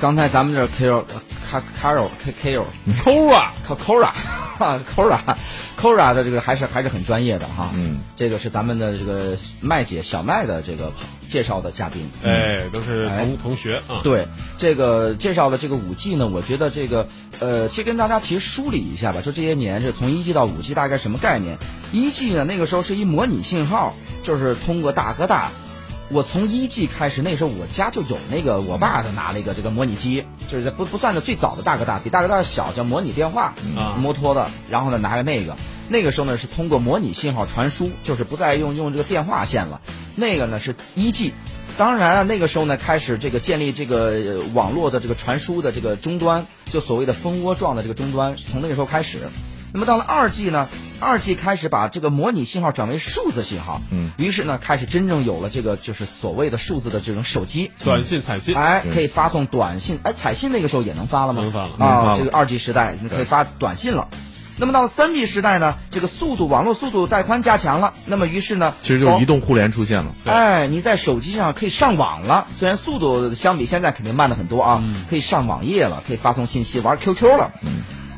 刚才咱们这 K O 卡卡 O K K O 抠啊，可 k o r a k o r a k o r a 的这个还是还是很专业的哈。嗯，这个是咱们的这个麦姐小麦的这个介绍的嘉宾。哎，都是哎同同学啊，对这个介绍的这个五 G 呢，我觉得这个呃，先跟大家其实梳理一下吧，就这些年是从一 G 到五 G 大概什么概念？一 G 呢，那个时候是一模拟信号，就是通过大哥大。我从一 G 开始，那时候我家就有那个，我爸他拿了一个这个模拟机，就是不不算是最早的大哥大，比大哥大小，叫模拟电话。啊摩托的，然后呢拿个那个，那个时候呢是通过模拟信号传输，就是不再用用这个电话线了，那个呢是一 G。当然啊，那个时候呢开始这个建立这个呃网络的这个传输的这个终端，就所谓的蜂窝状的这个终端，从那个时候开始。那么到了二 G 呢，二 G 开始把这个模拟信号转为数字信号，嗯，于是呢开始真正有了这个就是所谓的数字的这种手机，短信、彩信，哎，对可以发送短信。哎，彩信那个时候也能发了吗？能发了能发啊了，这个二 G 时代你可以发短信了。那么到了三 G 时代呢，这个速度网络速度带宽加强了，那么于是呢，哦其实哦就是移动互联出现了。对哎，你在手机上可以上网了，虽然速度相比现在肯定慢了很多啊，嗯可以上网页了，可以发送信息，玩 QQ 了。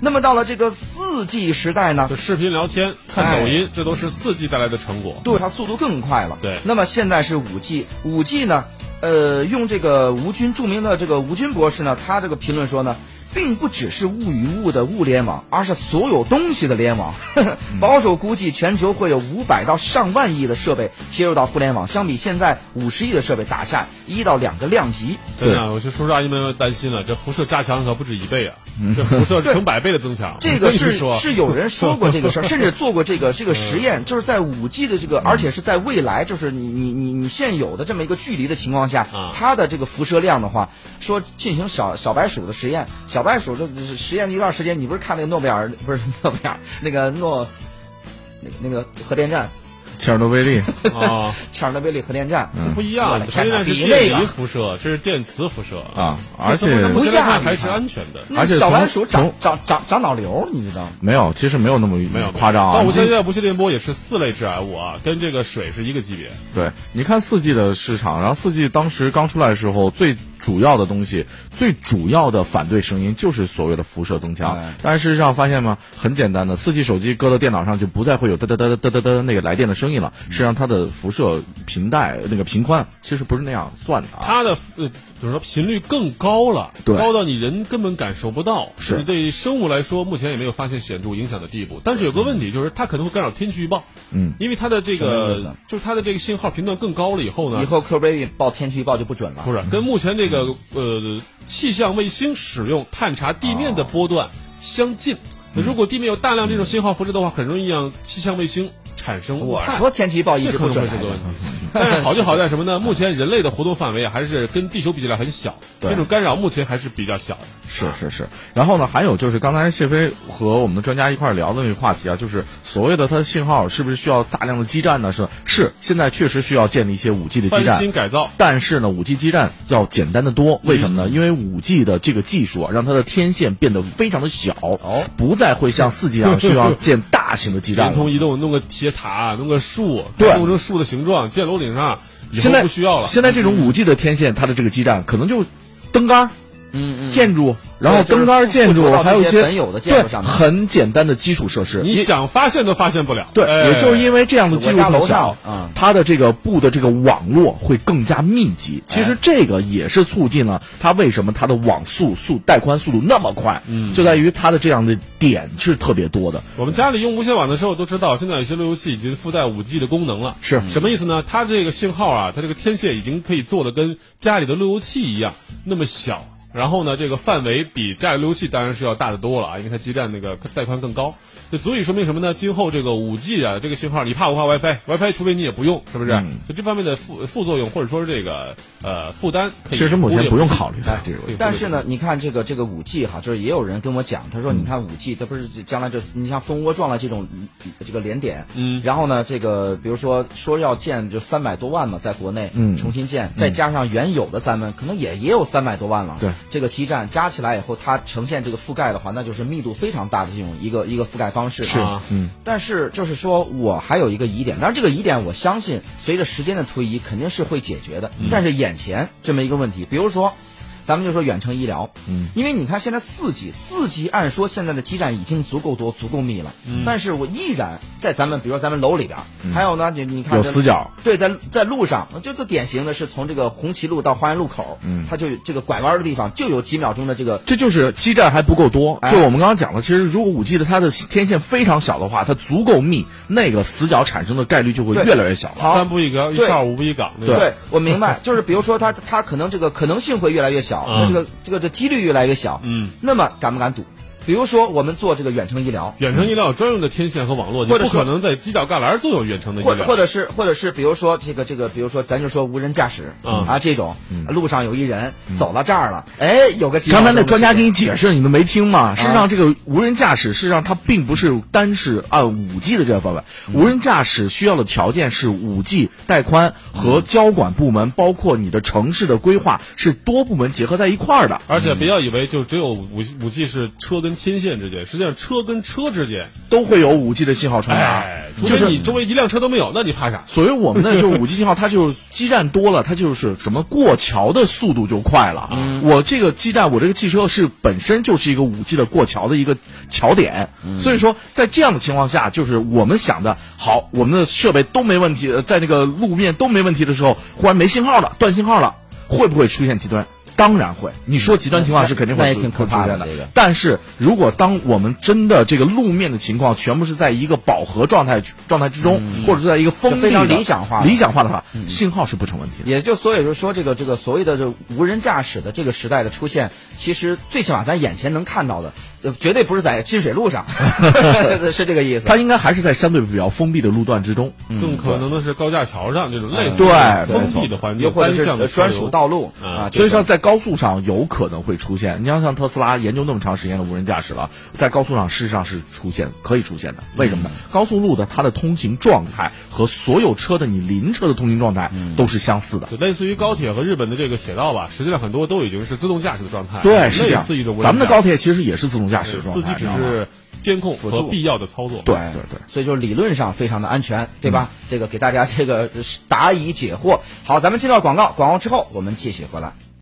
那么到了这个四 G 时代呢就，视频聊天、看哎抖音，这都是四 G 带来的成果。对，它速度更快了。对那么现在是五 G，五 G 呢，呃，用这个吴军著名的这个吴军博士呢，他这个评论说呢。并不只是物与物的物联网，而是所有东西的联网。 保守估计，全球会有五百到上万亿的设备接入到互联网，相比现在五十亿的设备打下一到两个量级。真的，我就叔叔阿姨们担心了，这辐射加强可不止一倍啊，这辐射成百倍的增强。嗯 这个我跟是 你说嗯是有人说过这个事 儿，甚至做过这个这个实验，就是在五 G 的这个，而且是在未来，就是你你你你现有的这么一个距离的情况下啊，它的这个辐射量的话，说进行小小白鼠的实验，小白鼠这实验一段时间，你不是看那个诺贝尔不是诺贝尔那个诺那那个核电站，切尔诺贝利，啊，切尔诺贝利核电站不一 我样，的它天现哪，在是比电那离个辐射，这是电磁辐射 啊而且不不一样还是你看安全的。那而且小白从鼠长从长长长脑瘤，你知道吗？没有，其实没有那么没有夸张啊。但我你现在无线电波也是四类致癌物啊，跟这个水是一个级别。对，你看四 G 的市场，然后四 G 当时刚出来的时候，最主要的东西，最主要的反对声音就是所谓的辐射增强。哎但是事实上发现吗？很简单的，四 G 手机搁到电脑上就不再会有哒哒哒哒哒哒哒那个来电的声音了。实际上它的辐射频带那个频宽其实不是那样算的啊。它的呃，怎么说频率更高了，对高到你人根本感受不到。是你对生物来说，目前也没有发现显著影响的地步。但是有个问题就是，它可能会干扰天气预报。嗯，因为它的这什么意思个就是它的这个信号频段更高了以后呢，以后 Q Baby 报天气预报就不准了。嗯不是跟目前这个呃气象卫星使用探查地面哦的波段相近。嗯那如果地面有大量这种信号辐射的话，很容易让气象卫星产生误我判。说天气预报一这直可不能准会是来个问的嗯题。 但是好就好在什么呢？目前人类的活动范围啊，还是跟地球比起来很小，对这种干扰目前还是比较小的。是是是，然后呢，还有就是刚才谢飞和我们的专家一块儿聊的那个话题啊，就是所谓的它的信号是不是需要大量的基站呢？是是，现在确实需要建立一些五 G 的基翻站，新改造，但是呢，五 G 基站要简单的嗯多，为什么呢？因为五 G 的这个技术啊，让它的天线变得非常的小，哦不再会像四 G 一样需要建大型的基站联了。通、移动弄个铁塔，弄个树，对弄成树的形状，建楼顶上，以后现在不需要了。现在这种五 G 的天线，它的这个基站可能就灯杆儿、嗯嗯。建筑，然后对就是灯杆儿建附着筑，到还有一这些些本有的建筑上对面很简单的基础设施。你也想发现都发现不了。对，哎也就是因为这样的基础我家很楼上小嗯，它的这个布的这个网络会更加密集。其哎实这个也是促进了它为什么它的网速速带宽速度那么快，嗯就在于它的这样的点是特别多的。我们家里用无线网的时候都知道，现在有些路由器已经附带五 G 的功能了。是什么意思呢？它这个信号啊，它这个天线已经可以做的跟家里的路由器一样那么小。然后呢，这个范围比家里路由器当然是要大得多了啊，因为它基站那个带宽更高。这足以说明什么呢？今后这个五 G 啊，这个信号你怕不怕 WiFi？WiFi 除非你也不用，是不是？嗯就这方面的副副作用或者说是这个呃负担，哎可以其实目忽前略不用计考虑哎这个问可以忽略题但是呢，你看这个这个五 G 哈，就是也有人跟我讲，他说你看五 G，它不是将来就你像蜂窝状的这种嗯这个连点，嗯然后呢，这个比如说说要建就三百多万嘛，在国内，嗯重新建，再加上原有的咱们可能也也有三百多万了，对，这个基站加起来以后，它呈现这个覆盖的话，那就是密度非常大的这种一个一个覆盖方式，是啊，嗯，但是就是说我还有一个疑点，当然这个疑点我相嗯信随着时间的推移肯定是会解决的，但是眼前这么一个问题，比如说咱们就说远程医疗，嗯，因为你看现在四 G，四 G 按说现在的基站已经足够多、足够密了，嗯但是我依然在咱们，比如说咱们楼里边，还有呢，你你看有这死角，对，在在路上，就最典型的是从这个红旗路到花园路口，嗯，它就有这个拐弯的地方就有几秒钟的这个这就是基站还不够多。哎就我们刚刚讲的，其实如果五 G 的它的天线非常小的话，它足够密，那个死角产生的概率就会对越来越小了。好三步一格，一对哨五步一岗，那对个对，我明白，就是比如说它它可能这个可能性会越来越小，嗯那这个这个这几率越来越小。嗯，那么敢不敢赌？比如说我们做这个远程医疗，远程医疗有专用的天线和网络，你或者不说可能在犄角旮旯做有远程的医或者疗或。者是或者是比如说这个这个，比如说咱就说无人驾驶、嗯啊这种，路上有一人走到这儿了，哎，有个嗯刚才那专家给你你解释，你都没啊听吗？事实上，这个无人驾驶，事实上它并不是单是按五 G 的这个范围。嗯无人驾驶需要的条件是五 G 带宽嗯和交管部门，包括你的城市的规划是多部门结合在一块儿的。而且不要以为就只有五五 G 是车跟天线之间，实际上车跟车之间，都会有五 G 的信号传达哎，，除就是非你周围一辆车都没有，那你怕啥？所以我们呢，就是五 G 信号，它就是基站多了，它就是什么过桥的速度就快了。啊嗯我这个基站，我这个汽车是本身就是一个五 G 的过桥的一个桥点，嗯所以说在这样的情况下，就是我们想的好，我们的设备都没问题，呃在那个路面都没问题的时候，忽然没信号了，断信号了，会不会出现极端？当然会，你说极端情况是肯定那会也出挺可会出怕的现的这个。但是如果当我们真的这个路面的情况全部是在一个饱和状态状态之中，或者是在一个封闭的就非常理想化的理想化的话，信号是不成问题的。也就所以就说这个这个所谓的这无人驾驶的这个时代的出现，其实最起码咱眼前能看到的，呃绝对不是在金水路 上， 是这个意思。它应该还是在相对比较封闭的路段之中。更可能的是高架桥上这种类似对封闭的环又境，或者单是向的呃车流专属。道路嗯啊，所以这说，在高速上有可能会出现。你要像特斯拉研究那么长时间的无人驾驶了，在高速上事实上是出现可以出现的。为什么呢？高速路的它的通行状态和所有车的你邻车的通行状态都是相似的。就类似于高铁和日本的这个铁道吧，实际上很多都已经是自动驾驶的状态，对，是这类样似一种。咱们的高铁其实也是自动驾驶是的啊司状机态，只你知道吗是监控辅和助必要的操作。对哎对对。嗯所以就理论上非常的安全，对吧？ 这个给大家这个呃答疑解惑。好，咱们进到广告，广告之后我们继续回来。